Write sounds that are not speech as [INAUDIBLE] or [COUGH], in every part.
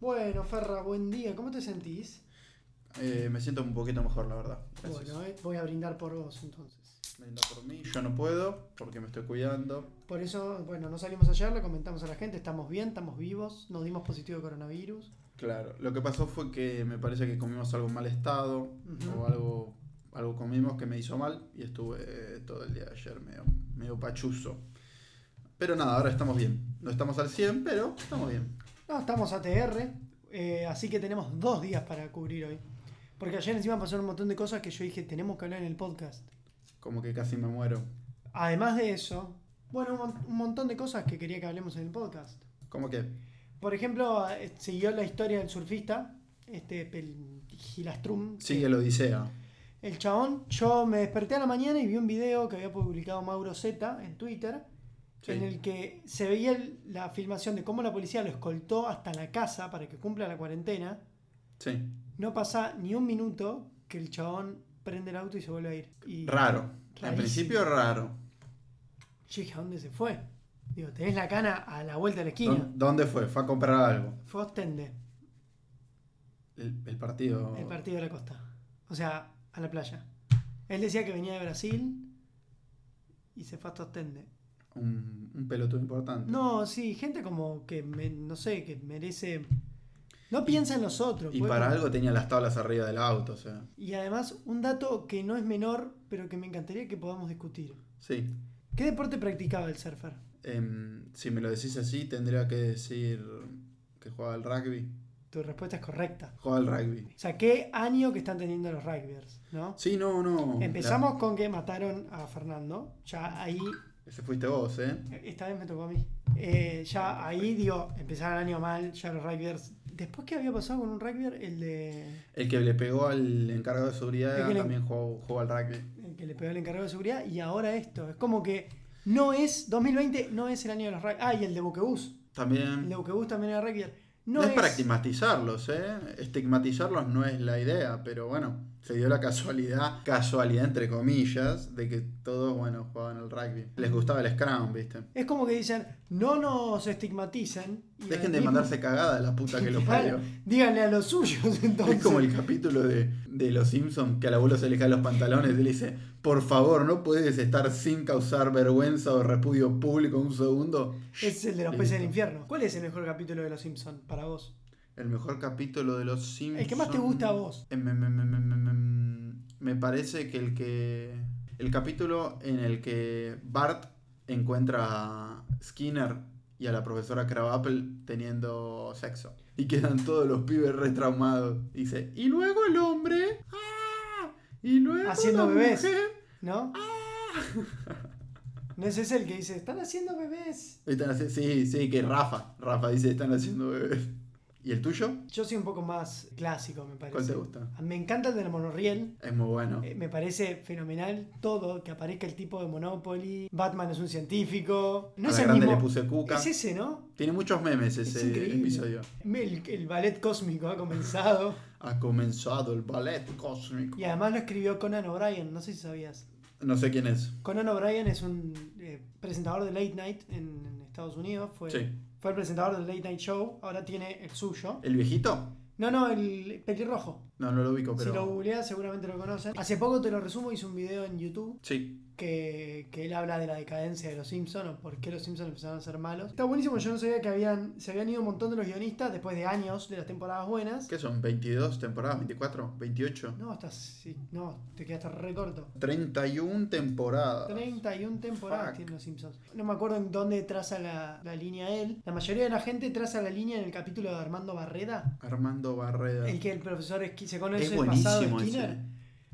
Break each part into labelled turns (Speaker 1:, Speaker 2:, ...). Speaker 1: Bueno, Ferra, buen día. ¿Cómo te sentís?
Speaker 2: Eh, me siento un poquito mejor, la verdad. Gracias.
Speaker 1: Bueno, eh, voy a brindar por vos entonces.
Speaker 2: Brinda por mí, yo no puedo porque me estoy cuidando.
Speaker 1: Por eso, bueno, no salimos ayer, le comentamos a la gente, estamos bien, estamos vivos, nos dimos positivo de coronavirus.
Speaker 2: Claro, lo que pasó fue que me parece que comimos algo en mal estado
Speaker 1: Ujú.
Speaker 2: o algo, algo comimos que me hizo mal y estuve eh, todo el día de ayer medio, medio pachuzo. Pero nada, ahora estamos bien. No estamos al 100, pero estamos bien.
Speaker 1: No, estamos ATR, eh, así que tenemos dos días para cubrir hoy. Porque ayer encima pasaron un montón de cosas que yo dije, tenemos que hablar en el podcast.
Speaker 2: Como que casi me muero.
Speaker 1: Además de eso, bueno, un, mon- un montón de cosas que quería que hablemos en el podcast.
Speaker 2: Como que
Speaker 1: Por ejemplo, eh, siguió la historia del surfista, este Pel- Gilastrum.
Speaker 2: sigue la odisea.
Speaker 1: El chabón, yo me desperté a la mañana y vi un video que había publicado Mauro Z en Twitter,
Speaker 2: Sí.
Speaker 1: en el que se veía el- la filmación de cómo la policía lo escoltó hasta la casa para que cumpla la cuarentena.
Speaker 2: Sí.
Speaker 1: No pasa ni un minuto que el chabón prende el auto y se vuelve a ir. Y
Speaker 2: Raro. En
Speaker 1: Rarísimo.
Speaker 2: principio raro.
Speaker 1: yo dije, ¿a dónde se fue? Digo, tenés la cana a la vuelta de la esquina.
Speaker 2: ¿Dó- ¿Dónde fue? Fue a comprar algo.
Speaker 1: Fue a Ostende,
Speaker 2: El, el partido.
Speaker 1: el partido de la costa. O sea, a la playa. Él decía que venía de Brasil y se fue hasta Ostende.
Speaker 2: Un, un pelotudo importante.
Speaker 1: No, sí, gente como que, me- no sé, que merece... No piensa en los otros.
Speaker 2: Y
Speaker 1: pues.
Speaker 2: para algo tenía las tablas arriba del auto, o sea.
Speaker 1: Y además, un dato que no es menor, pero que me encantaría que podamos discutir.
Speaker 2: Sí.
Speaker 1: ¿Qué deporte practicaba el surfer?
Speaker 2: Em, si me lo decís así, tendría que decir que jugaba al rugby.
Speaker 1: Tu respuesta es correcta.
Speaker 2: Jugaba al rugby.
Speaker 1: O sea, ¿qué año que están teniendo los rugbyers? ¿no?
Speaker 2: Sí, no, no.
Speaker 1: Empezamos con que mataron a Fernando. Ya ahí,
Speaker 2: La- ese fuiste vos, ¿eh?
Speaker 1: esta vez me tocó a mí. Eh, ya ahí, digo, empezaron el año mal, ya los rugbyers. Después, ¿qué había pasado con un rugbyer? El de...
Speaker 2: El que le pegó al encargado de
Speaker 1: Es
Speaker 2: seguridad
Speaker 1: que le-
Speaker 2: también jugó, jugó al rugby.
Speaker 1: el eh, que le pegó el encargado de seguridad y ahora esto. Es como que no es 2020, no es el año de los rugby. Ah, y el de Buquebus. El
Speaker 2: También.
Speaker 1: de
Speaker 2: No,
Speaker 1: Buquebus también era rugby. No,
Speaker 2: es para estigmatizarlos, ¿eh? Estigmatizarlos no es la idea, pero bueno, se dio la casualidad, casualidad entre comillas, de que todos, bueno, jugaban al rugby. Les gustaba el scrum, ¿viste?
Speaker 1: es como que dicen, no nos estigmaticen. y
Speaker 2: Dejen
Speaker 1: al
Speaker 2: de
Speaker 1: mismo-
Speaker 2: mandarse cagadas la puta que lo
Speaker 1: Claro,
Speaker 2: parió.
Speaker 1: Díganle a los suyos [LAUGHS] entonces.
Speaker 2: Es como el capítulo de, de Los Simpsons que al abuelo se le caen los pantalones y le dice, por favor, no puedes estar sin causar vergüenza o repudio público un segundo.
Speaker 1: Es el de los
Speaker 2: Y
Speaker 1: peces del
Speaker 2: listo.
Speaker 1: infierno. ¿Cuál es el mejor capítulo de Los Simpsons para vos?
Speaker 2: El mejor capítulo de Los Simpsons.
Speaker 1: El que más te gusta a vos.
Speaker 2: Em, em, em, em, em, em, em. Me parece que el que... El capítulo en el que Bart encuentra a Skinner y a la profesora Crabapple teniendo sexo. Y quedan todos los pibes retraumados. Dice, y luego el hombre... ¡Ah! Y luego
Speaker 1: Haciendo
Speaker 2: la
Speaker 1: bebés.
Speaker 2: mujer".
Speaker 1: ¿No?
Speaker 2: Ah.
Speaker 1: ¿No es ese el que dice, están haciendo bebés?
Speaker 2: Están haci- sí, sí, que Rafa. Rafa dice, están haciendo bebés. ¿Y el tuyo?
Speaker 1: Yo soy un poco más clásico, me parece.
Speaker 2: ¿Cuál te gusta?
Speaker 1: Me encanta el del monorriel.
Speaker 2: Es muy bueno.
Speaker 1: Eh, Me parece fenomenal todo, que aparezca el tipo de Monopoly, Batman es un científico. No
Speaker 2: A
Speaker 1: es
Speaker 2: la
Speaker 1: el
Speaker 2: grande
Speaker 1: mismo.
Speaker 2: le puse cuca.
Speaker 1: Es ese, ¿no?
Speaker 2: Tiene muchos memes
Speaker 1: Es
Speaker 2: ese
Speaker 1: increíble.
Speaker 2: episodio.
Speaker 1: El, el ballet cósmico ha comenzado.
Speaker 2: Ha comenzado el ballet cósmico.
Speaker 1: y además lo escribió Conan O'Brien, no sé si sabías.
Speaker 2: No sé quién es.
Speaker 1: Conan O'Brien es un eh, presentador de Late Night en, en Estados Unidos. Fue,
Speaker 2: Sí.
Speaker 1: fue el presentador del Late Night Show, ahora tiene el suyo.
Speaker 2: ¿El viejito?
Speaker 1: No, no, el pelirrojo.
Speaker 2: No, no lo ubico, pero.
Speaker 1: Si lo googleas seguramente lo conocen. Hace poco te lo resumo, hice un video en YouTube
Speaker 2: Sí.
Speaker 1: que, que él habla de la decadencia de los Simpsons o por qué los Simpsons empezaron a ser malos. Está buenísimo, yo no sabía que habían, se habían ido un montón de los guionistas después de años de las temporadas buenas.
Speaker 2: ¿Qué son? ¿22 temporadas? ¿24? ¿28?
Speaker 1: No, estás, sí, no, te quedaste re corto.
Speaker 2: 31 temporadas.
Speaker 1: 31 temporadas
Speaker 2: Fuck.
Speaker 1: tienen los Simpsons. No me acuerdo en dónde traza la, la línea él. La mayoría de la gente traza la línea en el capítulo de Armando Barreda.
Speaker 2: Armando Barreda.
Speaker 1: El que el profesor Esqui- se conoce
Speaker 2: es
Speaker 1: el pasado de
Speaker 2: buenísimo
Speaker 1: Skinner.
Speaker 2: ese.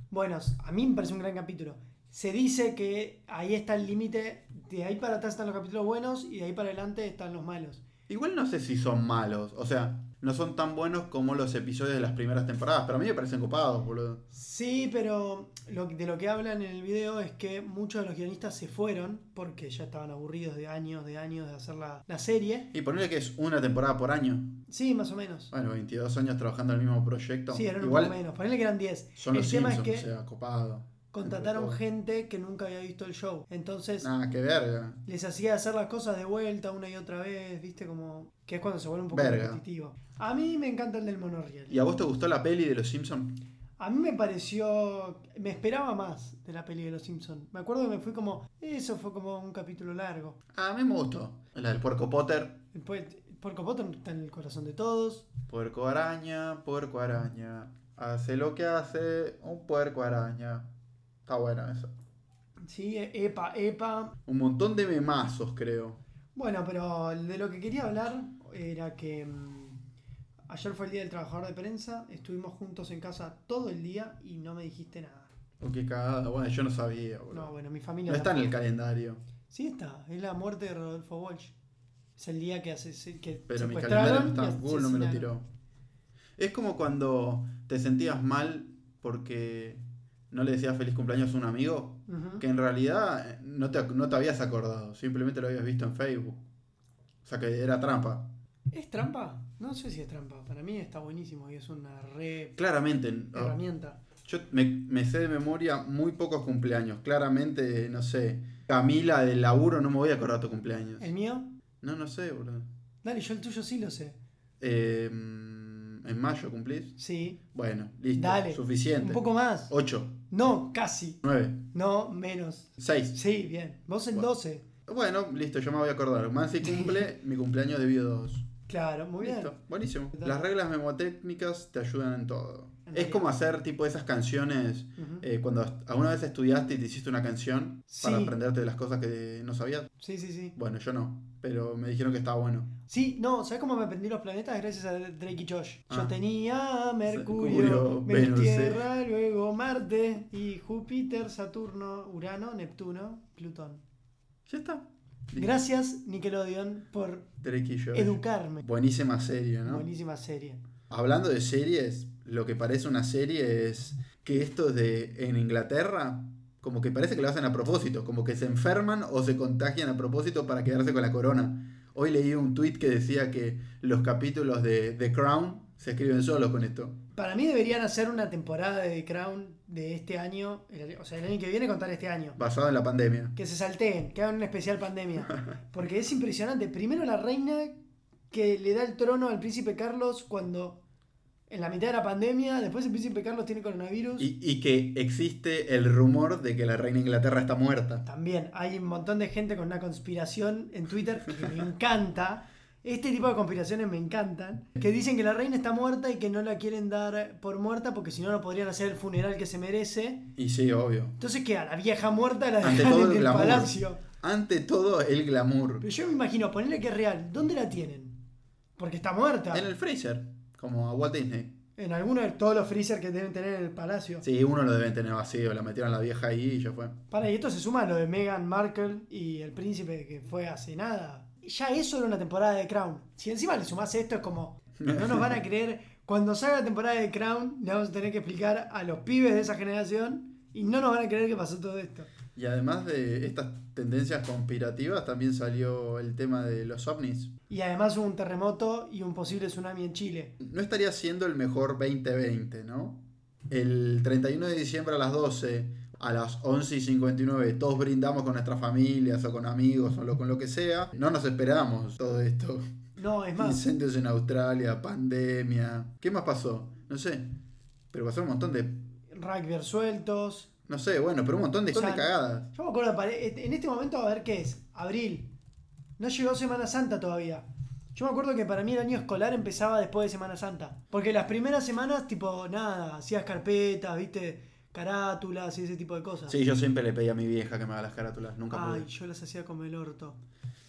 Speaker 1: Bueno, a mí me parece un gran capítulo. Se dice que ahí está el límite, de ahí para atrás están los capítulos buenos y de ahí para adelante están los malos.
Speaker 2: Igual no sé si son malos. O sea, no son tan buenos como los episodios de las primeras temporadas. Pero a mí me parecen copados, boludo.
Speaker 1: Sí, pero lo, de lo que hablan en el video es que muchos de los guionistas se fueron porque ya estaban aburridos de años, de años de hacer la, la serie.
Speaker 2: Y ponerle que es una temporada por año.
Speaker 1: Sí, más o menos.
Speaker 2: Bueno, 22 años trabajando en el mismo proyecto.
Speaker 1: Sí, eran un
Speaker 2: Igual
Speaker 1: poco menos. Ponele que eran 10.
Speaker 2: son
Speaker 1: el
Speaker 2: los
Speaker 1: tema
Speaker 2: Simpsons,
Speaker 1: es que
Speaker 2: o sea, copado.
Speaker 1: contrataron
Speaker 2: Empezó.
Speaker 1: gente que nunca había visto el show. Entonces
Speaker 2: Nada, que verga.
Speaker 1: les hacía hacer las cosas de vuelta una y otra vez, viste, como que es cuando se vuelve un poco
Speaker 2: Verga.
Speaker 1: repetitivo. A mí me encanta el del monorriel.
Speaker 2: ¿Y a vos te gustó la peli de los Simpsons?
Speaker 1: A mí me pareció, me esperaba más de la peli de Los Simpsons. Me acuerdo que me fui como, eso fue como un capítulo largo.
Speaker 2: A mí me gustó. La del puerco Potter.
Speaker 1: Después, Porco Bottom está en el corazón de todos.
Speaker 2: Puerco araña, puerco araña. Hace lo que hace un puerco araña. Está bueno eso.
Speaker 1: Sí, e-, epa, epa.
Speaker 2: Un montón de memazos, creo.
Speaker 1: Bueno, pero de lo que quería hablar era que mm, ayer fue el Día del Trabajador de Prensa, estuvimos juntos en casa todo el día y no me dijiste nada.
Speaker 2: Oh, qué cagada. Bueno, yo no sabía, boludo.
Speaker 1: No, bueno, mi familia...
Speaker 2: No está en el
Speaker 1: tampoco.
Speaker 2: calendario.
Speaker 1: Sí está, es la muerte de Rodolfo Walsh. Es el día que, hace, que
Speaker 2: Pero mi
Speaker 1: secuestraron
Speaker 2: calendario
Speaker 1: y
Speaker 2: está. Google no me lo
Speaker 1: asesinaron.
Speaker 2: tiró. Es como cuando te sentías mal porque no le decías feliz cumpleaños a un amigo.
Speaker 1: Ujú.
Speaker 2: Que en realidad eh, no te, no te habías acordado. Simplemente lo habías visto en Facebook. O sea que era trampa.
Speaker 1: ¿Es trampa? No sé si es trampa. Para mí está buenísimo y es una re
Speaker 2: Claramente. oh,
Speaker 1: herramienta.
Speaker 2: Yo me, me sé de memoria muy pocos cumpleaños. Claramente, no sé. Camila del laburo, no me voy a acordar tu cumpleaños.
Speaker 1: ¿El mío?
Speaker 2: No, no sé, boludo.
Speaker 1: Dale, yo el tuyo sí lo sé.
Speaker 2: Eh, mm, ¿En mayo cumplís?
Speaker 1: Sí.
Speaker 2: Bueno, listo.
Speaker 1: Dale.
Speaker 2: Suficiente.
Speaker 1: Un poco más.
Speaker 2: 8,
Speaker 1: No, casi.
Speaker 2: 9,
Speaker 1: No, menos.
Speaker 2: 6.
Speaker 1: Sí, bien. Vos el
Speaker 2: Bueno.
Speaker 1: 12.
Speaker 2: Bueno, listo, yo me voy a acordar.
Speaker 1: [LAUGHS]
Speaker 2: Mansi cumple, mi cumpleaños debido a 2.
Speaker 1: Claro, muy bien.
Speaker 2: Listo, buenísimo.
Speaker 1: Dale.
Speaker 2: Las reglas memotécnicas te ayudan en todo.
Speaker 1: En
Speaker 2: Es
Speaker 1: realidad.
Speaker 2: como hacer tipo esas canciones
Speaker 1: Ujú.
Speaker 2: eh, cuando alguna vez estudiaste y te hiciste una canción para
Speaker 1: Sí.
Speaker 2: aprenderte de las cosas que no sabías.
Speaker 1: Sí, sí, sí.
Speaker 2: Bueno, yo no, pero me dijeron que estaba bueno.
Speaker 1: Sí, no, ¿sabes cómo me aprendí los planetas? Gracias a Drake y Josh. Yo
Speaker 2: Ah.
Speaker 1: tenía
Speaker 2: Mercurio,
Speaker 1: Mercurio,
Speaker 2: Venus,
Speaker 1: Venus,
Speaker 2: eh.
Speaker 1: Tierra, luego Marte y Júpiter, Saturno, Urano, Neptuno, Plutón.
Speaker 2: Ya está.
Speaker 1: Gracias, Nickelodeon, por
Speaker 2: Drake y Josh.
Speaker 1: educarme.
Speaker 2: Buenísima serie, ¿no?
Speaker 1: Buenísima serie.
Speaker 2: Hablando de series, lo que parece una serie es que esto de en Inglaterra, como que parece que lo hacen a propósito, como que se enferman o se contagian a propósito para quedarse con la corona. Hoy leí un tweet que decía que los capítulos de The Crown se escriben solos con esto.
Speaker 1: Para mí deberían hacer una temporada de The Crown de este año, el- o sea, el año que viene contar este año.
Speaker 2: Basado en la pandemia.
Speaker 1: Que se salteen, que hagan una especial pandemia. Porque es impresionante. Primero la reina que le da el trono al príncipe Carlos cuando en la mitad de la pandemia, después el príncipe Carlos tiene coronavirus.
Speaker 2: Y, y que existe el rumor de que la reina de Inglaterra está muerta.
Speaker 1: También hay un montón de gente con una conspiración en Twitter que me encanta. Este tipo de conspiraciones me encantan. Que dicen que la reina está muerta y que no la quieren dar por muerta porque si no, no podrían hacer el funeral que se merece.
Speaker 2: Y sí, obvio.
Speaker 1: Entonces, ¿qué? A la vieja muerta la
Speaker 2: Ante
Speaker 1: dejan
Speaker 2: todo el
Speaker 1: en el
Speaker 2: glamour.
Speaker 1: palacio.
Speaker 2: Ante todo, el glamour.
Speaker 1: Pero yo me imagino, ponerle que es real. ¿Dónde la tienen? Porque está muerta.
Speaker 2: En el freezer, como a Walt Disney.
Speaker 1: En alguno de todos los freezer que deben tener en el palacio.
Speaker 2: Sí, uno lo deben tener vacío, la metieron la vieja ahí y ya fue.
Speaker 1: Para, y esto se suma a lo de Meghan Markle y el príncipe que fue hace nada. Ya eso era una temporada de Crown. Si encima le sumás esto, es como. No nos van a creer. Cuando salga la temporada de Crown, le vamos a tener que explicar a los pibes de esa generación y no nos van a creer que pasó todo esto.
Speaker 2: Y además de estas tendencias conspirativas, también salió el tema de los ovnis.
Speaker 1: Y además hubo un terremoto y un posible tsunami en Chile.
Speaker 2: No estaría siendo el mejor 2020, ¿no? El 31 de diciembre a las 12, a las 11 y 59, todos brindamos con nuestras familias o con amigos o lo- con lo que sea. No nos esperamos todo esto.
Speaker 1: No, es más.
Speaker 2: Incendios en Australia, pandemia. ¿Qué más pasó? No sé. Pero pasó un montón de...
Speaker 1: Rugby sueltos.
Speaker 2: No sé, bueno, pero un montón de,
Speaker 1: O sea,
Speaker 2: de cagadas.
Speaker 1: Yo me acuerdo, pare- en este momento, a ver qué es, abril. No llegó Semana Santa todavía. Yo me acuerdo que para mí el año escolar empezaba después de Semana Santa. Porque las primeras semanas, tipo, nada, hacías carpetas, viste, carátulas y ese tipo de cosas.
Speaker 2: Sí, yo siempre le pedí a mi vieja que me haga las carátulas, nunca
Speaker 1: Ay,
Speaker 2: pude.
Speaker 1: yo las hacía como el orto.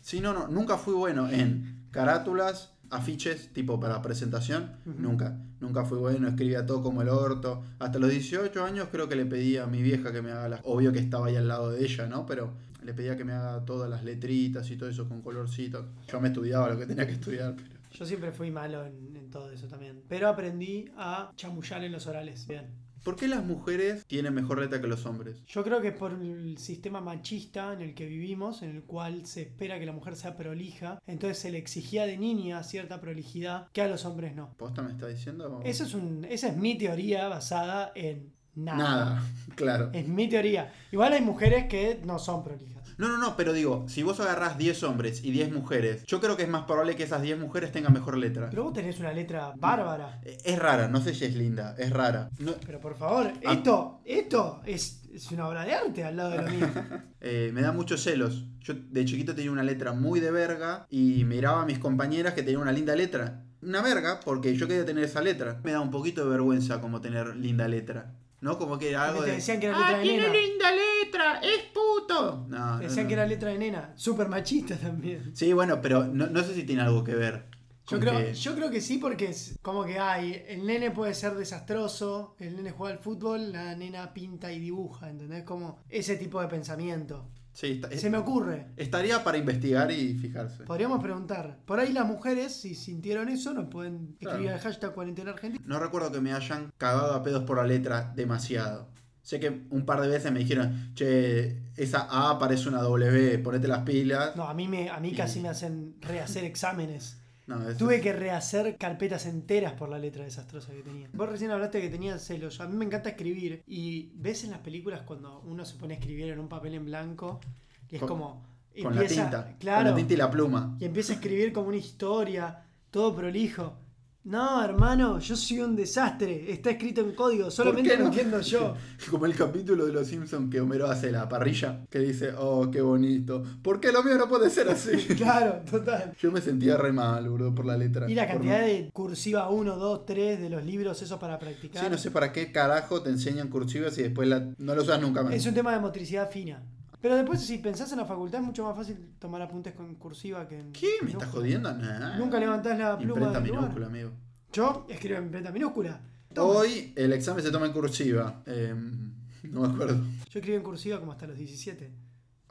Speaker 2: Sí, no, no, nunca fui bueno
Speaker 1: Mm.
Speaker 2: en carátulas, afiches, tipo para presentación,
Speaker 1: Ujú.
Speaker 2: nunca. Nunca fui bueno, escribía todo como el orto. Hasta los 18 años creo que le pedí a mi vieja que me haga las... Obvio que estaba ahí al lado de ella, ¿no? Pero le pedía que me haga todas las letritas y todo eso con colorcito. Yo me estudiaba lo que tenía que estudiar, pero...
Speaker 1: Yo siempre fui malo en, en todo eso también. Pero aprendí a chamullar en los orales. Bien.
Speaker 2: ¿Por qué las mujeres tienen mejor letra que los hombres?
Speaker 1: Yo creo que es por el sistema machista en el que vivimos, en el cual se espera que la mujer sea prolija, entonces se le exigía de niña cierta prolijidad que a los hombres no.
Speaker 2: ¿Posta me está diciendo?
Speaker 1: Eso es un, esa es mi teoría basada en nada.
Speaker 2: Nada, [LAUGHS] claro.
Speaker 1: Es mi teoría. Igual hay mujeres que no son prolijas.
Speaker 2: No, no, no, pero digo, si vos agarrás 10 hombres y 10 mujeres, yo creo que es más probable que esas 10 mujeres tengan mejor letra.
Speaker 1: Pero vos tenés una letra bárbara.
Speaker 2: Eh, Es rara, no sé si es linda, es rara. No-
Speaker 1: Pero por favor,
Speaker 2: Ah.
Speaker 1: esto, esto es, es una obra de arte al lado de lo
Speaker 2: [LAUGHS]
Speaker 1: mío.
Speaker 2: eh, me da muchos celos. Yo de chiquito tenía una letra muy de verga y miraba a mis compañeras que tenían una linda letra. Una verga, porque yo quería tener esa letra. Me da un poquito de vergüenza como tener linda letra. ¿No? Como que era algo
Speaker 1: Porque
Speaker 2: de...
Speaker 1: te decían que era letra de nena.
Speaker 2: "Ah, linda letra! ¡Es puto! No, no,
Speaker 1: Te decían
Speaker 2: no.
Speaker 1: que era letra de nena. Súper machista también.
Speaker 2: Sí, bueno, pero no, no sé si tiene algo que ver.
Speaker 1: Yo
Speaker 2: con
Speaker 1: creo,
Speaker 2: que-
Speaker 1: yo creo que sí, porque es como que hay, el nene puede ser desastroso, el nene juega al fútbol, la nena pinta y dibuja, ¿entendés? Como ese tipo de pensamiento.
Speaker 2: Sí, está-
Speaker 1: Se me ocurre.
Speaker 2: Estaría para investigar y fijarse.
Speaker 1: Podríamos preguntar. Por ahí las mujeres, si sintieron eso, nos pueden escribir
Speaker 2: Claro.
Speaker 1: al hashtag cuarentena argentina.
Speaker 2: No recuerdo que me hayan cagado a pedos por la letra demasiado. Sé que un par de veces me dijeron, che, esa A parece una W, ponete las pilas.
Speaker 1: No, a mí, me, a mí
Speaker 2: Y-
Speaker 1: casi me hacen rehacer exámenes.
Speaker 2: No, es-
Speaker 1: Tuve que rehacer carpetas enteras por la letra desastrosa que tenía. Vos recién hablaste que tenía celos. A mí me encanta escribir. Y ves en las películas cuando uno se pone a escribir en un papel en blanco, que es
Speaker 2: Con-
Speaker 1: como.
Speaker 2: con la tinta. Con
Speaker 1: Claro.
Speaker 2: la tinta y la pluma.
Speaker 1: y empieza a escribir como una historia, todo prolijo. No, hermano, yo soy un desastre. Está escrito en código, solamente
Speaker 2: qué
Speaker 1: lo
Speaker 2: no? [LAUGHS]
Speaker 1: entiendo yo.
Speaker 2: Como el capítulo de Los Simpsons que Homero hace la parrilla, que dice, oh, qué bonito. ¿Por qué lo mío no puede
Speaker 1: [LAUGHS]
Speaker 2: ser así?
Speaker 1: Claro, total.
Speaker 2: Yo me sentía re mal, boludo, por la letra.
Speaker 1: Y la
Speaker 2: Por
Speaker 1: cantidad
Speaker 2: no-
Speaker 1: de cursiva 1, 2, 3 de los libros, esos para practicar.
Speaker 2: Sí, no sé para qué carajo te enseñan cursivas y después la- no lo usas nunca más.
Speaker 1: Es un tema de motricidad fina. Pero después, si pensás en la facultad, es mucho más fácil tomar apuntes con cursiva que en.
Speaker 2: ¿Qué? ¿Me estás
Speaker 1: minúscula.
Speaker 2: jodiendo? Nah.
Speaker 1: Nunca levantás la pluma
Speaker 2: Imprenta
Speaker 1: del lugar.
Speaker 2: minúscula, amigo.
Speaker 1: Yo escribo en imprenta minúscula. Toma.
Speaker 2: Hoy el examen se toma en cursiva. Em, [LAUGHS] no me acuerdo.
Speaker 1: Yo escribo en cursiva como hasta los 17.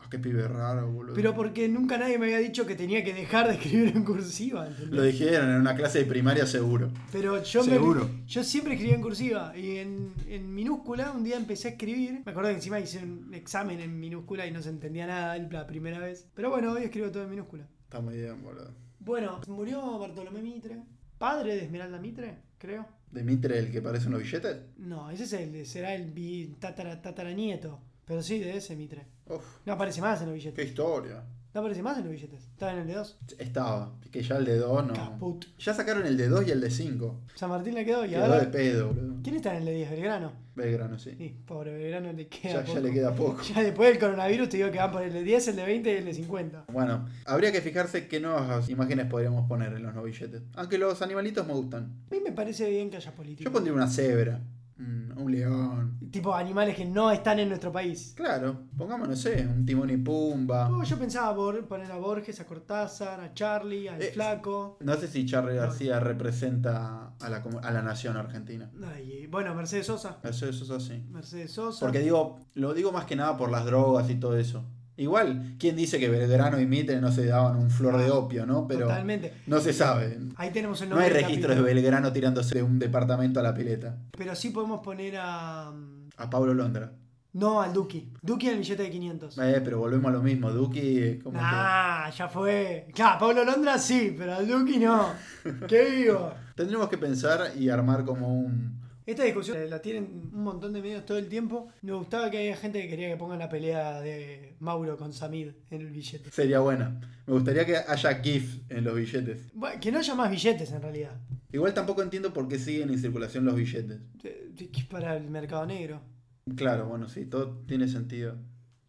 Speaker 2: Ah, qué pibe raro, boludo.
Speaker 1: Pero porque nunca nadie me había dicho que tenía que dejar de escribir en cursiva, ¿entendés?
Speaker 2: Lo dijeron en una clase de primaria seguro.
Speaker 1: Pero yo me-
Speaker 2: Seguro.
Speaker 1: yo siempre escribía en cursiva y en, en minúscula un día empecé a escribir. Me acuerdo que encima hice un examen en minúscula y no se entendía nada la primera vez. Pero bueno, hoy escribo todo en minúscula.
Speaker 2: Está muy bien, boludo.
Speaker 1: Bueno, murió Bartolomé Mitre, padre de Esmeralda Mitre, creo.
Speaker 2: ¿De Mitre el que parece unos billetes?
Speaker 1: No, ese es el, será el bi- tatara, tataranieto. Pero sí, de ese Mitre.
Speaker 2: Uf,
Speaker 1: No aparece más en los
Speaker 2: qué
Speaker 1: billetes.
Speaker 2: historia.
Speaker 1: No aparece más en los billetes. Estaba en el de 2.
Speaker 2: Estaba. Que ya el de 2 no.
Speaker 1: Caput.
Speaker 2: Ya sacaron el de 2 y el de 5.
Speaker 1: San Martín le quedó y
Speaker 2: Quedó de
Speaker 1: ahora.
Speaker 2: pedo, boludo.
Speaker 1: ¿Quién está en el de 10? Belgrano.
Speaker 2: Belgrano, sí.
Speaker 1: Sí, pobre Belgrano le queda.
Speaker 2: Ya, ya
Speaker 1: poco.
Speaker 2: le queda poco.
Speaker 1: Ya después del coronavirus te digo que van por el de 10, el de 20 y el de 50.
Speaker 2: Bueno, habría que fijarse qué nuevas imágenes podríamos poner en los no billetes. Aunque los animalitos me gustan.
Speaker 1: A mí me parece bien que haya
Speaker 2: Yo
Speaker 1: política.
Speaker 2: pondría una cebra, mm, un león.
Speaker 1: Tipo animales que no están en nuestro país.
Speaker 2: Claro, pongamos, no sé, un timón y pumba.
Speaker 1: Oh, yo pensaba Bor- poner a Borges, a Cortázar, a Charlie, al
Speaker 2: Eh,
Speaker 1: Flaco.
Speaker 2: No sé si Charly García representa a la, comu- a la nación argentina.
Speaker 1: Ay, bueno, Mercedes Sosa.
Speaker 2: Eso, eso es así.
Speaker 1: Mercedes Sosa.
Speaker 2: Porque digo, lo digo más que nada por las drogas y todo eso. Igual, ¿quién dice que Belgrano y Mitre no se daban un flor de opio, no? Pero
Speaker 1: Totalmente.
Speaker 2: no se sabe.
Speaker 1: Ahí tenemos el
Speaker 2: No
Speaker 1: nombre.
Speaker 2: hay
Speaker 1: del
Speaker 2: registros de
Speaker 1: capítulo.
Speaker 2: Belgrano tirándose de un departamento a la pileta.
Speaker 1: Pero sí podemos poner a. mm,
Speaker 2: A Pablo Londra.
Speaker 1: No, al Duki. Duki en el billete de 500.
Speaker 2: Eh, pero volvemos a lo mismo. Duki, eh, como
Speaker 1: Ah, ya fue. Claro, Pablo Londra sí, pero al Duki
Speaker 2: [LAUGHS]
Speaker 1: no. ¡Qué vivo!
Speaker 2: que... Tendremos que pensar y armar como un...
Speaker 1: Esta discusión la tienen un montón de medios todo el tiempo. Me gustaba que haya gente que quería que pongan la pelea de Mauro con Samid en el billete.
Speaker 2: Sería buena. Me gustaría que haya GIF en los billetes.
Speaker 1: Bueno, que no haya más billetes en realidad.
Speaker 2: Igual tampoco entiendo por qué siguen en circulación los billetes.
Speaker 1: Eh, que es Para el mercado negro.
Speaker 2: Claro, bueno, sí, todo tiene sentido.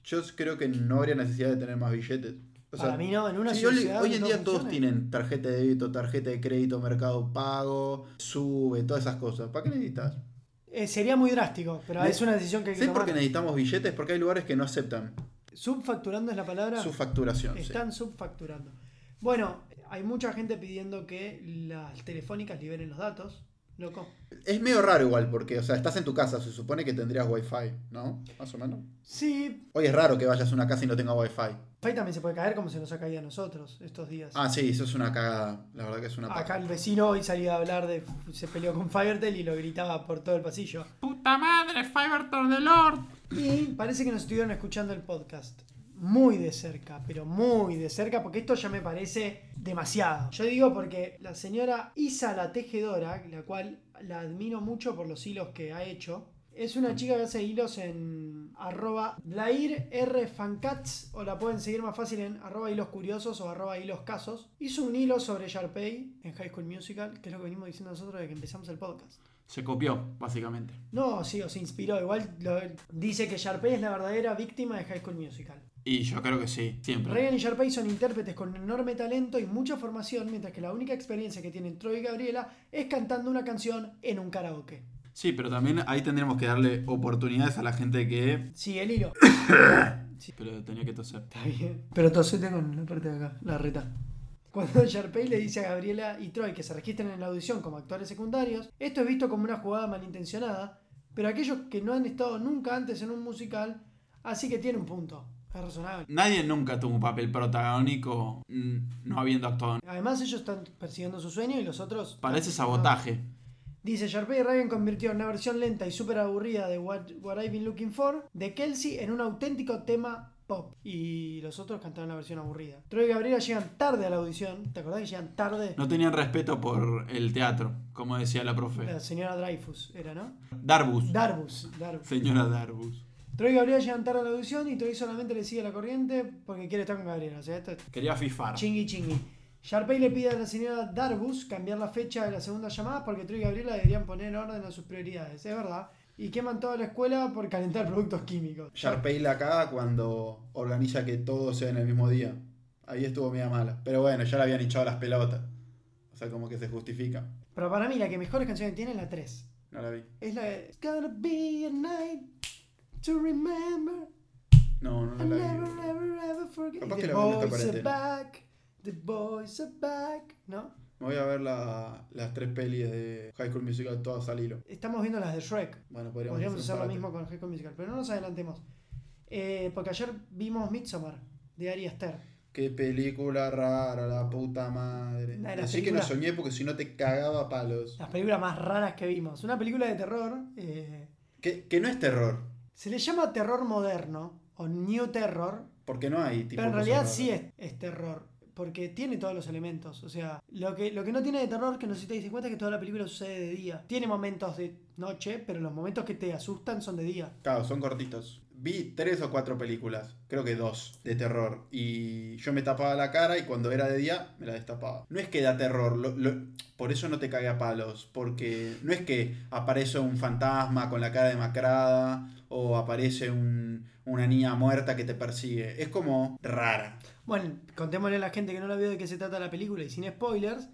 Speaker 2: Yo creo que no habría necesidad de tener más billetes. O sea,
Speaker 1: Para mí no, en una
Speaker 2: sí, hoy-
Speaker 1: sociedad.
Speaker 2: hoy,
Speaker 1: donde
Speaker 2: en
Speaker 1: todo
Speaker 2: día todos
Speaker 1: funcione.
Speaker 2: tienen tarjeta de débito, tarjeta de crédito, mercado pago, sube, todas esas cosas. ¿Para qué necesitas?
Speaker 1: Eh, sería muy drástico, pero
Speaker 2: Ne-
Speaker 1: es una decisión que hay que
Speaker 2: ¿Sabes por
Speaker 1: tomar.
Speaker 2: qué necesitamos billetes? Porque hay lugares que no aceptan
Speaker 1: Subfacturando es la palabra.
Speaker 2: su facturación. sí.
Speaker 1: Están subfacturando. Bueno, hay mucha gente pidiendo que las telefónicas liberen los datos. Loco.
Speaker 2: Es medio raro igual, porque, o sea, estás en tu casa, se supone que tendrías wifi, ¿no? Más o menos.
Speaker 1: Sí,
Speaker 2: Hoy es raro que vayas a una casa y no tenga wifi.
Speaker 1: Fai también se puede caer como se nos ha caído a nosotros estos días.
Speaker 2: Ah, sí, eso es una cagada. La verdad que es una paja.
Speaker 1: Acá el vecino hoy salía a hablar de. Se peleó con Fivertel y lo gritaba por todo el pasillo.
Speaker 3: ¡Puta madre, Fiverton de Lord!
Speaker 1: Y parece que nos estuvieron escuchando el podcast. Muy de cerca, pero muy de cerca, porque esto ya me parece demasiado. Yo digo porque la señora Isa la Tejedora, la cual la admiro mucho por los hilos que ha hecho, Es una chica que hace hilos en arroba Blair R. Fancats o la pueden seguir más fácil en arroba hilos curiosos o arroba hilos casos. Hizo un hilo sobre Sharpay en High School Musical, que es lo que venimos diciendo nosotros desde que empezamos el podcast.
Speaker 2: Se copió, básicamente.
Speaker 1: No, sí, o se inspiró. Igual lo- dice que Sharpay es la verdadera víctima de High School Musical.
Speaker 2: Y yo creo que sí, siempre.
Speaker 1: Ryan y Sharpay son intérpretes con enorme talento y mucha formación, mientras que la única experiencia que tienen Troy y Gabriela es cantando una canción en un karaoke.
Speaker 2: Sí, pero también ahí tendremos que darle oportunidades a la gente que.
Speaker 1: Sí, el hilo.
Speaker 2: Pero tenía que toser.
Speaker 1: Está bien. Pero tosete con la parte de acá, la reta. Cuando Sharpay le dice a Gabriela y Troy que se registren en la audición como actores secundarios, esto es visto como una jugada malintencionada, pero aquellos que no han estado nunca antes en un musical, así que tiene un punto. Es razonable.
Speaker 2: Nadie nunca tuvo un papel protagónico mm, no habiendo actuado.
Speaker 1: Además, ellos están persiguiendo su sueño y los otros.
Speaker 2: Parece sabotaje.
Speaker 1: Dice Sharpay y Ryan convirtió una versión lenta y súper aburrida de What, What I've Been Looking For de Kelsey en un auténtico tema pop. Y los otros cantaron la versión aburrida. Troy y Gabriela llegan tarde a la audición. ¿Te acordás que llegan tarde?
Speaker 2: No tenían respeto por el teatro, como decía la
Speaker 1: La
Speaker 2: profe.
Speaker 1: señora Dreyfus era, ¿no?
Speaker 2: Darbus.
Speaker 1: Darbus. Darbus.
Speaker 2: Señora Darbus.
Speaker 1: Troy y Gabriela llegan tarde a la audición y Troy solamente le sigue la corriente porque quiere estar con Gabriela. O sea, esto es
Speaker 2: Quería fifar.
Speaker 1: Ah. chingui chingui. Sharpay le pide a la señora Darbus cambiar la fecha de la segunda llamada porque Troy y Gabriela deberían poner en orden a sus prioridades. Es verdad. Y queman toda la escuela por calentar productos químicos.
Speaker 2: Sharpay
Speaker 4: la caga cuando organiza que todo sea en el mismo día. Ahí estuvo media mala. Pero bueno, ya le habían hinchado las pelotas. O sea, como que se justifica.
Speaker 1: Pero para mí la que mejores canciones tiene es la 3.
Speaker 4: No la vi.
Speaker 1: Es la de It's gotta be a night to remember
Speaker 4: No, no,
Speaker 1: and
Speaker 4: la
Speaker 1: never,
Speaker 4: vi.
Speaker 1: never, ever forget.
Speaker 4: Capaz
Speaker 1: The
Speaker 4: que la vi en esta
Speaker 1: boys are
Speaker 4: cuarentena.
Speaker 1: back, the boys are back. ¿No?
Speaker 4: Me voy a ver la- las tres pelis de High School Musical todas al hilo.
Speaker 1: Estamos viendo las de Shrek.
Speaker 4: Bueno, podríamos,
Speaker 1: Podríamos hacer lo
Speaker 4: un
Speaker 1: mismo
Speaker 4: parate.
Speaker 1: con High School Musical, pero no nos adelantemos. Eh, porque ayer vimos Midsommar de Ari Aster.
Speaker 4: Qué película rara, la puta madre.
Speaker 1: Una de las
Speaker 4: Así que no
Speaker 1: películas-
Speaker 4: soñé porque si no te cagaba a palos.
Speaker 1: Las películas más raras que vimos. Una película de terror. eh,
Speaker 4: Que, que no es terror.
Speaker 1: se le llama terror moderno o new terror
Speaker 4: Porque no hay tipo.
Speaker 1: Pero en
Speaker 4: cosas
Speaker 1: realidad
Speaker 4: raras.
Speaker 1: sí es, es terror, porque tiene todos los elementos. O sea, lo que, lo que no tiene de terror, que no sé si te diste cuenta, es que toda la película sucede de día. Tiene momentos de noche, pero los momentos que te asustan son de día.
Speaker 4: Claro, son cortitos. Vi tres o cuatro películas, creo que dos, de terror. Y yo me tapaba la cara y cuando era de día me la destapaba. No es que da terror, lo- lo- por eso no te cague a palos. Porque no es que aparece un fantasma con la cara demacrada o aparece un- una niña muerta que te persigue. Es como rara.
Speaker 1: Bueno, contémosle a la gente que no la vio de qué se trata la película y sin spoilers.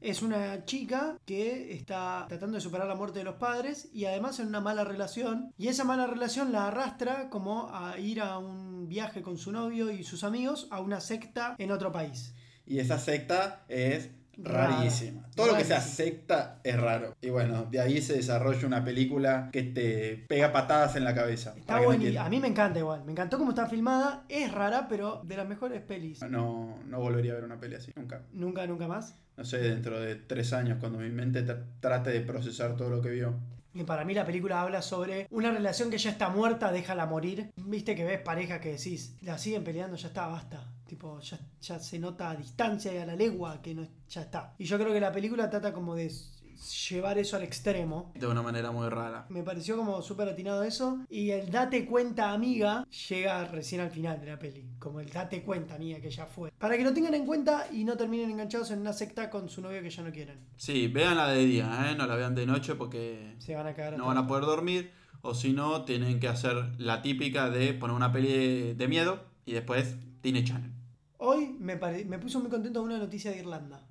Speaker 1: Es una chica que está tratando de superar la muerte de los padres y además en una mala relación. Y esa mala relación la arrastra como a ir a un viaje con su novio y sus amigos a una secta en otro país.
Speaker 4: Y esa secta es
Speaker 1: Rara.
Speaker 4: rarísima. Todo lo que sea
Speaker 1: Rarísima.
Speaker 4: secta es raro. Y bueno, de ahí se desarrolla una película que te pega patadas en la cabeza.
Speaker 1: Está
Speaker 4: para que no
Speaker 1: buena, y
Speaker 4: entiendas.
Speaker 1: a mí me encanta igual, me encantó cómo está filmada, es rara, pero de las mejores pelis.
Speaker 4: No, no volvería a ver una peli así, nunca.
Speaker 1: Nunca, nunca más.
Speaker 4: No sé, dentro de tres años, cuando mi mente tra- trate de procesar todo lo que vio.
Speaker 1: Y para mí la película habla sobre una relación que ya está muerta, déjala morir. Viste que ves parejas que decís, la siguen peleando, ya está, basta. Tipo, ya, ya se nota a distancia y a la legua que no, ya está. Y yo creo que la película trata como de s- llevar eso al extremo.
Speaker 2: De una manera muy rara.
Speaker 1: Me pareció como súper atinado eso. Y el date cuenta, amiga, llega recién al final de la peli. Como el date cuenta, amiga, que ya fue. Para que lo tengan en cuenta y no terminen enganchados en una secta con su novio que ya no quieren.
Speaker 2: Sí, vean la de día, ¿eh? No la vean de noche porque
Speaker 1: Se van a cagar.
Speaker 2: no
Speaker 1: hasta-
Speaker 2: van a poder dormir. O si no, tienen que hacer la típica de poner una peli de, de miedo y después Disney Channel.
Speaker 1: Hoy me, pare- me puso muy contento una noticia de Irlanda.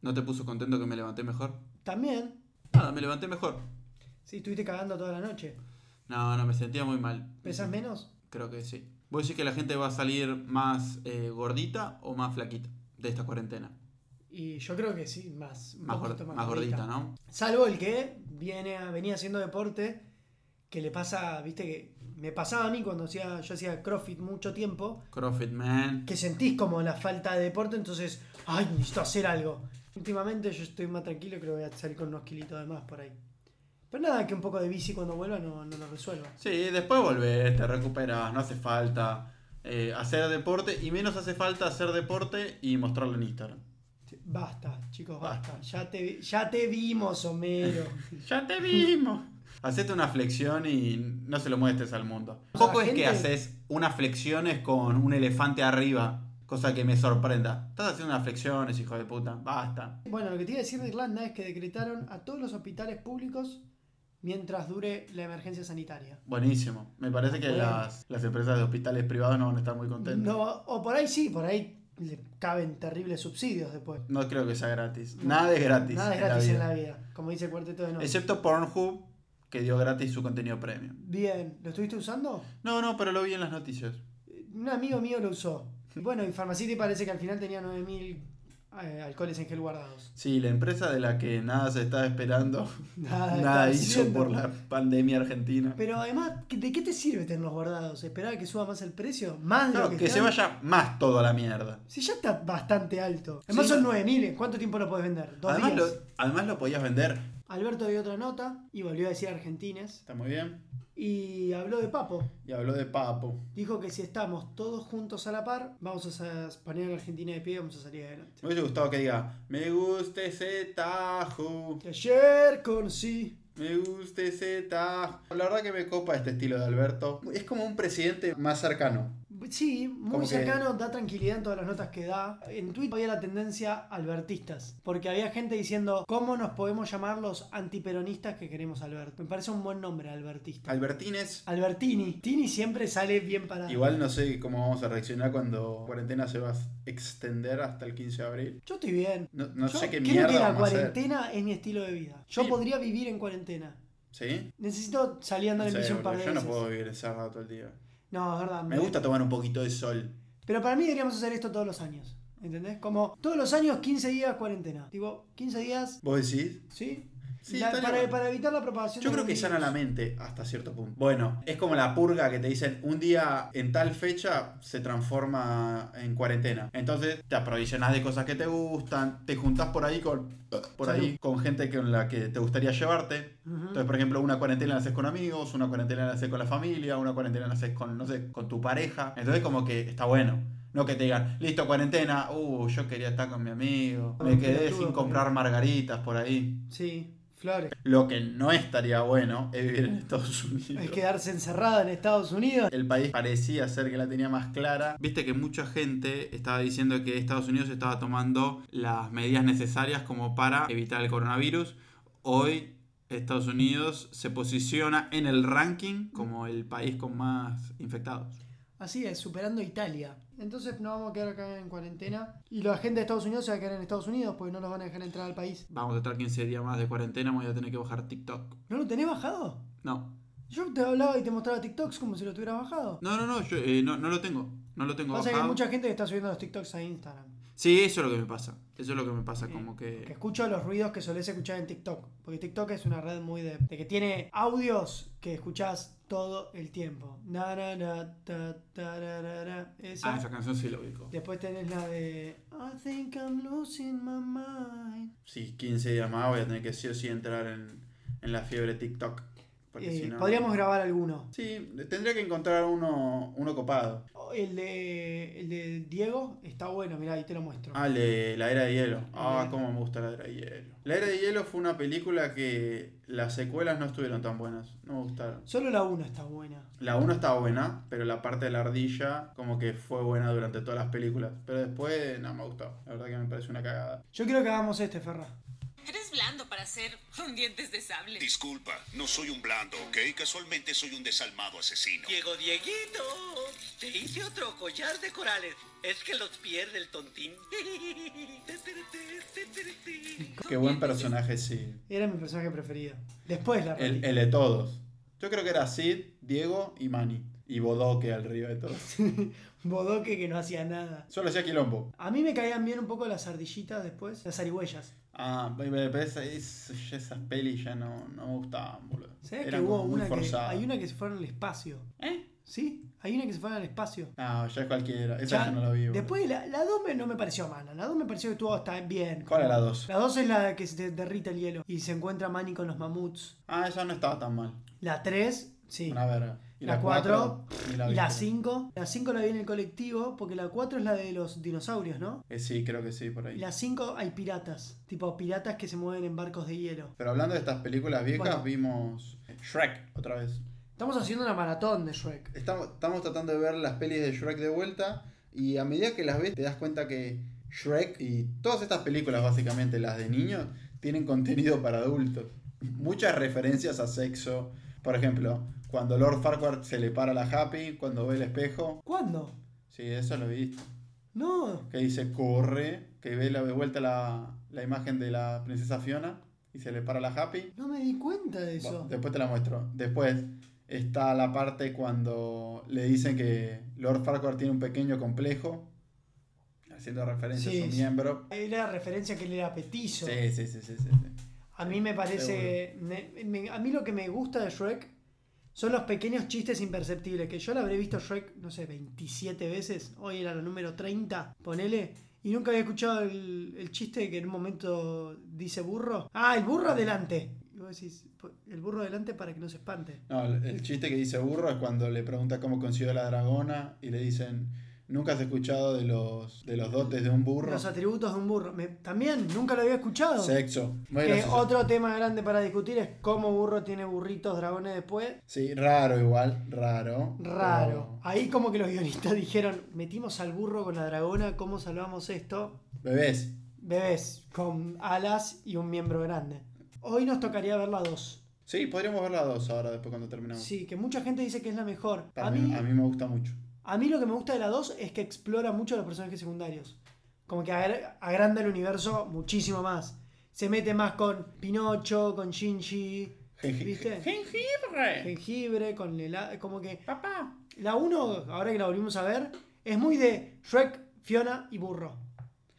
Speaker 2: ¿No te puso contento que me levanté mejor?
Speaker 1: También,
Speaker 2: Nada, me levanté mejor.
Speaker 1: sí, estuviste cagando toda la noche.
Speaker 2: No, no, me sentía muy mal.
Speaker 1: ¿Pesas menos?
Speaker 2: Creo que sí. ¿Vos decís que la gente va a salir más eh, gordita o más flaquita de esta cuarentena?
Speaker 1: Y yo creo que sí, más, un
Speaker 2: Más, gor-
Speaker 1: poquito
Speaker 2: más gordita, ¿no?
Speaker 1: Salvo el que viene a- venía haciendo deporte, que le pasa, viste que me pasaba a mí cuando hacía, yo hacía CrossFit mucho tiempo,
Speaker 2: Crofit Man.
Speaker 1: que sentís como la falta de deporte, entonces, ay, necesito hacer algo. Últimamente yo estoy más tranquilo, creo que voy a salir con unos kilitos de más por ahí. Pero nada, que un poco de bici cuando vuelva no, no lo resuelva.
Speaker 2: Sí, después volvés, te recuperas, no hace falta eh, hacer deporte y menos hace falta hacer deporte y mostrarlo en Instagram. [LAUGHS]
Speaker 1: Basta, chicos, basta. Ya te, ya te vimos, Homero.
Speaker 2: Ya te vimos. Hacete una flexión y no se lo muestres al mundo. Ah, Tampoco
Speaker 1: La
Speaker 2: es que
Speaker 1: gente-
Speaker 2: haces unas flexiones con un elefante arriba, cosa que me sorprenda. Estás haciendo unas flexiones, hijo de puta. Basta.
Speaker 1: Bueno, lo que te iba a decir de Irlanda es que decretaron a todos los hospitales públicos mientras dure la emergencia sanitaria.
Speaker 2: Buenísimo. Me parece que
Speaker 1: Bueno.
Speaker 2: las, las empresas de hospitales privados no van a estar muy contentas.
Speaker 1: No, o por ahí sí, por ahí le caben terribles subsidios después.
Speaker 2: No creo que sea gratis. Nada es gratis.
Speaker 1: Nada es
Speaker 2: en la
Speaker 1: gratis en
Speaker 2: vida.
Speaker 1: la vida, como dice el cuarteto de noche.
Speaker 2: Excepto Pornhub, que dio gratis su contenido premium.
Speaker 1: Bien, ¿lo estuviste usando?
Speaker 2: No, no, pero lo vi en las noticias.
Speaker 1: Un amigo mío lo
Speaker 2: [LAUGHS]
Speaker 1: usó. Bueno, y Pharmacity parece que al final tenía 9000 eh, alcoholes en gel guardados.
Speaker 2: Sí, la empresa de la que nada se estaba esperando,
Speaker 1: [LAUGHS] Nada,
Speaker 2: nada
Speaker 1: está
Speaker 2: hizo
Speaker 1: haciendo.
Speaker 2: por la pandemia argentina.
Speaker 1: Ah, Pero además, ¿de qué te sirve tenerlos guardados? ¿Esperar a que suba más el precio? Más de
Speaker 2: Claro,
Speaker 1: lo que,
Speaker 2: que se
Speaker 1: están?
Speaker 2: vaya más todo a la mierda.
Speaker 1: Si ya está bastante alto. Además
Speaker 2: Sí.
Speaker 1: son 9000, ¿en cuánto tiempo lo puedes vender? Dos
Speaker 2: Además lo,
Speaker 1: días.
Speaker 2: además lo podías vender.
Speaker 1: Alberto dio otra nota y volvió a decir argentines.
Speaker 2: Está muy bien.
Speaker 1: Y habló de Papo.
Speaker 2: Y habló de Papo.
Speaker 1: Dijo que si estamos todos juntos a la par, vamos a sa- poner a la Argentina de pie y vamos a salir adelante.
Speaker 2: Me hubiese gustado que diga, me gusta ese tajo,
Speaker 1: Que Ayer con sí.
Speaker 2: me gusta ese tajo. La verdad que me copa este estilo de Alberto. Es como un presidente más cercano.
Speaker 1: Sí, muy
Speaker 2: Como que-
Speaker 1: cercano, da tranquilidad en todas las notas que da. En Twitter había la tendencia albertistas, porque había gente diciendo cómo nos podemos llamar los antiperonistas que queremos Alberto. Me parece un buen nombre, albertista.
Speaker 2: Albertines.
Speaker 1: Albertini. Tini siempre sale bien parado.
Speaker 2: Igual no sé cómo vamos a reaccionar cuando la cuarentena se va a extender hasta el 15 de abril.
Speaker 1: Yo estoy bien.
Speaker 2: No, no
Speaker 1: Yo
Speaker 2: sé qué
Speaker 1: creo
Speaker 2: mierda
Speaker 1: que la
Speaker 2: vamos a hacer.
Speaker 1: cuarentena es mi estilo de vida. Yo
Speaker 2: Sí.
Speaker 1: podría vivir en cuarentena.
Speaker 2: ¿Sí?
Speaker 1: Necesito salir a andar
Speaker 2: No
Speaker 1: en
Speaker 2: sé,
Speaker 1: bici un par de
Speaker 2: boludo, yo no
Speaker 1: veces.
Speaker 2: puedo vivir encerrado todo el día.
Speaker 1: No, es verdad.
Speaker 2: Me gusta tomar un poquito de sol.
Speaker 1: Pero para mí deberíamos hacer esto todos los años. ¿Entendés? Como todos los años 15 días cuarentena. Digo, 15 días,
Speaker 2: ¿Vos decís?
Speaker 1: ¿sí?
Speaker 2: Sí,
Speaker 1: La-
Speaker 2: estaría
Speaker 1: para,
Speaker 2: bueno.
Speaker 1: para evitar la propagación.
Speaker 2: Yo
Speaker 1: de
Speaker 2: creo
Speaker 1: los
Speaker 2: que sana
Speaker 1: virus.
Speaker 2: la mente hasta cierto punto. Bueno, es como la purga que te dicen un día en tal fecha se transforma en cuarentena. Entonces te aprovisionás de cosas que te gustan, te juntás por ahí con por
Speaker 1: Salud.
Speaker 2: ahí con gente con la que te gustaría llevarte.
Speaker 1: Ujú.
Speaker 2: Entonces, por ejemplo, una cuarentena la haces con amigos, una cuarentena la haces con la familia, una cuarentena la haces con, no sé, con tu pareja. Entonces, como que está bueno. No que te digan, listo, cuarentena, uh, yo quería estar con mi amigo, me
Speaker 1: Ah,
Speaker 2: quedé
Speaker 1: pelotudo,
Speaker 2: sin
Speaker 1: porque-
Speaker 2: comprar margaritas por ahí.
Speaker 1: Sí, flores.
Speaker 2: Lo que no estaría bueno es vivir en Estados Unidos.
Speaker 1: Es quedarse encerrada en Estados Unidos.
Speaker 2: El país parecía ser que la tenía más clara. Viste que mucha gente estaba diciendo que Estados Unidos estaba tomando las medidas necesarias como para evitar el coronavirus. Hoy Estados Unidos se posiciona en el ranking como el país con más infectados.
Speaker 1: Así es, superando Italia. Entonces nos vamos a quedar acá en cuarentena. Y la gente de Estados Unidos se va a quedar en Estados Unidos porque no los van a dejar entrar al país.
Speaker 2: Vamos a estar 15 días más de cuarentena, me voy a tener que bajar TikTok.
Speaker 1: ¿No lo tenés bajado?
Speaker 2: No,
Speaker 1: Yo te hablaba y te mostraba TikToks como si lo tuvieras bajado.
Speaker 2: no, no, no, yo, eh, no, no lo tengo. No lo tengo
Speaker 1: Pasa que hay
Speaker 2: bajado.
Speaker 1: mucha gente que está subiendo los TikToks a Instagram.
Speaker 2: Sí, eso es lo que me pasa. Eso es lo que me pasa,
Speaker 1: Sí.
Speaker 2: como
Speaker 1: Que
Speaker 2: que...
Speaker 1: escucho los ruidos que solés escuchar en TikTok. Porque TikTok es una red muy de, de que tiene audios que escuchás todo el tiempo. Na, na, na, ta, ta, ra, ra, ra. Esa.
Speaker 2: Ah, esa canción sí la ubico.
Speaker 1: Después tenés la de I think I'm losing my mind.
Speaker 2: si 15 días más voy a tener que sí o sí entrar en, en la fiebre TikTok. Porque
Speaker 1: Eh,
Speaker 2: si no...
Speaker 1: Podríamos grabar alguno.
Speaker 2: Sí, tendría que encontrar uno, uno copado.
Speaker 1: O El de, el de Diego está bueno, mirá, ahí te lo muestro.
Speaker 2: Ah, el de la era de hielo. Ah,
Speaker 1: Bien.
Speaker 2: cómo me gusta la era de hielo. La era de hielo fue una película que las secuelas no estuvieron tan buenas. No me gustaron.
Speaker 1: Solo la 1 está buena.
Speaker 2: La 1 estaba buena, pero la parte de la ardilla como que fue buena durante todas las películas. Pero después no me gustó. La verdad que me parece una cagada.
Speaker 1: Yo quiero que hagamos este, Ferra.
Speaker 5: Eres blando para hacer [LAUGHS] un dientes de sable.
Speaker 6: Disculpa, no soy un blando, ¿ok? Casualmente soy un desalmado asesino.
Speaker 7: Diego Dieguito, te hice otro collar de corales. Es que los pierde el tontín.
Speaker 2: Qué buen personaje, sí.
Speaker 1: Era mi personaje preferido. Después la
Speaker 2: El,
Speaker 1: repetí.
Speaker 2: el de todos. Yo creo que era Sid, Diego y Manny. Y Bodoque al río
Speaker 1: [LAUGHS]
Speaker 2: de todos.
Speaker 1: Bodoque que no hacía nada.
Speaker 2: Solo hacía quilombo.
Speaker 1: A mí me caían bien un poco las ardillitas después, las arihuellas.
Speaker 2: Ah, pero esa- es- ya esas pelis ya no, no me gustaban, boludo.
Speaker 1: ¿Sabes que
Speaker 2: Eran
Speaker 1: hubo
Speaker 2: como muy
Speaker 1: una que,
Speaker 2: forzadas.
Speaker 1: hay una que se fueron al espacio?
Speaker 2: ¿Eh?
Speaker 1: ¿Sí? Hay una que se fueron al espacio.
Speaker 2: No, ya es cualquiera. Esa
Speaker 1: Ya,
Speaker 2: yo no la vi, boludo.
Speaker 1: Después la, la 2 no me pareció mala. La 2 me pareció que estuvo hasta bien.
Speaker 2: ¿Cuál era la 2?
Speaker 1: La 2 es la que se derrite el hielo y se encuentra Manny con los mamuts.
Speaker 2: Ah, esa no estaba tan mal.
Speaker 1: La 3 Sí.
Speaker 2: Una verga. Y
Speaker 1: La
Speaker 2: la
Speaker 1: cuatro,
Speaker 2: 4. Y la
Speaker 1: Y la
Speaker 2: 5.
Speaker 1: 5. La 5 la vi en el colectivo, porque la 4 es la de los dinosaurios, ¿no?
Speaker 2: Eh, sí, creo que sí, por ahí.
Speaker 1: Y la 5 hay piratas, tipo piratas que se mueven en barcos de hielo.
Speaker 2: Pero hablando de estas películas viejas,
Speaker 1: Bueno.
Speaker 2: vimos Shrek otra vez.
Speaker 1: Estamos haciendo una maratón de Shrek.
Speaker 2: Estamos, estamos tratando de ver las pelis de Shrek de vuelta y a medida que las ves te das cuenta que Shrek y todas estas películas, básicamente las de niños, tienen contenido para adultos. Muchas referencias a sexo. Por ejemplo, cuando Lord Farquhar se le para la Happy, cuando ve el espejo.
Speaker 1: ¿Cuándo?
Speaker 2: Sí, eso lo viste.
Speaker 1: No.
Speaker 2: Que dice corre, que ve la de vuelta la, la imagen de la princesa Fiona y se le para la Happy.
Speaker 1: No me di cuenta de
Speaker 2: Bueno,
Speaker 1: eso.
Speaker 2: después te la muestro. Después está la parte cuando le dicen que Lord Farquhar tiene un pequeño complejo, haciendo referencia
Speaker 1: Sí,
Speaker 2: a su
Speaker 1: sí.
Speaker 2: miembro.
Speaker 1: Era referencia que él era petizo.
Speaker 2: Sí, sí, sí, sí, sí, sí.
Speaker 1: A mí me parece. me- me- a mí lo que me gusta de Shrek son los pequeños chistes imperceptibles. Que yo la habré visto Shrek, no sé, 27 veces. Hoy era la número 30, ponele. Y nunca había escuchado el, el chiste que en un momento dice burro. Ah, el burro adelante. Y vos decís, "Po- el burro adelante para que no se espante.
Speaker 2: No, el el chiste que dice Burro es cuando le pregunta cómo consiguió la dragona y le dicen, ¿nunca has escuchado de los, de los dotes de un burro?
Speaker 1: Los atributos de un burro. Me- también, nunca lo había escuchado.
Speaker 2: Sexo. Muy
Speaker 1: Que
Speaker 2: gracioso.
Speaker 1: otro tema grande para discutir es cómo burro tiene burritos, dragones después.
Speaker 2: Sí, raro igual, raro.
Speaker 1: Raro.
Speaker 2: pero-
Speaker 1: Ahí como que los guionistas [LAUGHS] dijeron, metimos al burro con la dragona, ¿cómo salvamos esto?
Speaker 2: Bebés.
Speaker 1: Bebés, con alas y un miembro grande. Hoy nos tocaría ver la 2.
Speaker 2: Sí, podríamos ver las dos ahora después cuando terminamos.
Speaker 1: Sí, que mucha gente dice que es la mejor.
Speaker 2: Para
Speaker 1: A mí,
Speaker 2: a mí me gusta mucho.
Speaker 1: a mí lo que me gusta de la 2 es que explora mucho a los personajes secundarios. Como que agra- agranda el universo muchísimo más. Se mete más con Pinocho, con Shinji,
Speaker 2: Jengi-
Speaker 1: ¿viste?
Speaker 8: ¡Jengibre!
Speaker 1: Jengibre, con el... a- Como que
Speaker 8: Papá,
Speaker 1: La 1, ahora que la volvimos a ver, es muy de Shrek, Fiona y Burro.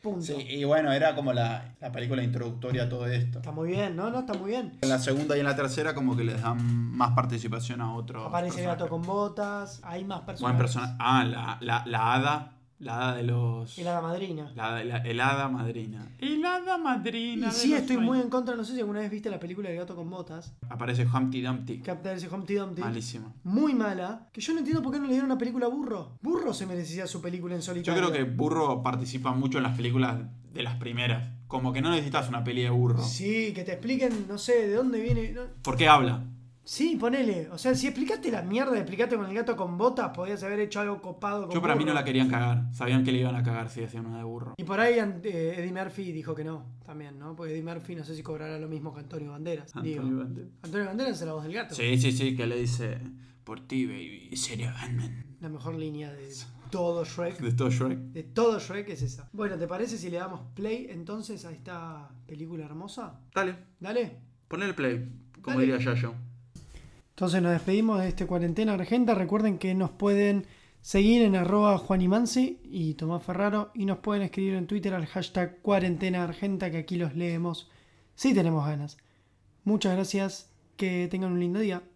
Speaker 1: Punto.
Speaker 2: Sí, y bueno, era como la, la película introductoria a todo esto.
Speaker 1: Está muy bien, ¿no? No, está muy bien.
Speaker 9: En la segunda y en la tercera como que les dan más participación a otros
Speaker 1: Aparece el gato
Speaker 9: personajes.
Speaker 1: con botas, hay más personas.
Speaker 9: Buen persona. Ah, la, la, la hada. La hada de los...
Speaker 1: Y la hada madrina.
Speaker 9: la- la- el hada madrina.
Speaker 8: el hada
Speaker 1: Y
Speaker 8: madrina. de
Speaker 1: sí,
Speaker 8: los
Speaker 1: estoy muy
Speaker 8: sueños.
Speaker 1: en contra, no sé si alguna vez viste la película del gato con botas,
Speaker 9: Aparece Humpty Dumpty.
Speaker 1: que aparece Humpty Dumpty.
Speaker 9: Malísimo.
Speaker 1: Muy mala, que yo no entiendo por qué no le dieron una película a Burro. Burro se merecía su película en
Speaker 9: Yo
Speaker 1: solitario.
Speaker 9: creo que Burro participa mucho en las películas de las primeras. Como que no necesitas una peli de Burro.
Speaker 1: Sí, que te expliquen, no sé, de dónde viene. no-
Speaker 9: ¿Por qué habla?
Speaker 1: Sí, ponele. O sea, si explicaste la mierda, explicaste con el gato con botas, podías haber hecho algo copado con
Speaker 9: Yo para mí no
Speaker 1: Burro.
Speaker 9: la querían cagar. Sabían que le iban a cagar si hacían una de Burro.
Speaker 1: Y por ahí an- eh, Eddie Murphy dijo que no, también, ¿no? Porque Eddie Murphy no sé si cobrará lo mismo que Antonio Banderas. digo.
Speaker 9: Antonio Banderas.
Speaker 1: Antonio Banderas es la voz del gato.
Speaker 9: Sí, sí, sí, que le dice... Por ti, baby. Sería Batman.
Speaker 1: La mejor línea de todo Shrek.
Speaker 9: De todo Shrek.
Speaker 1: De todo Shrek es esa. Bueno, ¿te parece si le damos play entonces a esta película hermosa?
Speaker 9: Dale,
Speaker 1: Dale.
Speaker 9: ponle el play. Como
Speaker 1: Dale.
Speaker 9: diría Yayo.
Speaker 1: Entonces nos despedimos de este Cuarentena Argenta. Recuerden que nos pueden seguir en arroba juanimansi y Tomás Ferraro y nos pueden escribir en Twitter al hashtag Cuarentena Argenta que aquí los leemos si tenemos ganas. Muchas gracias. Que tengan un lindo día.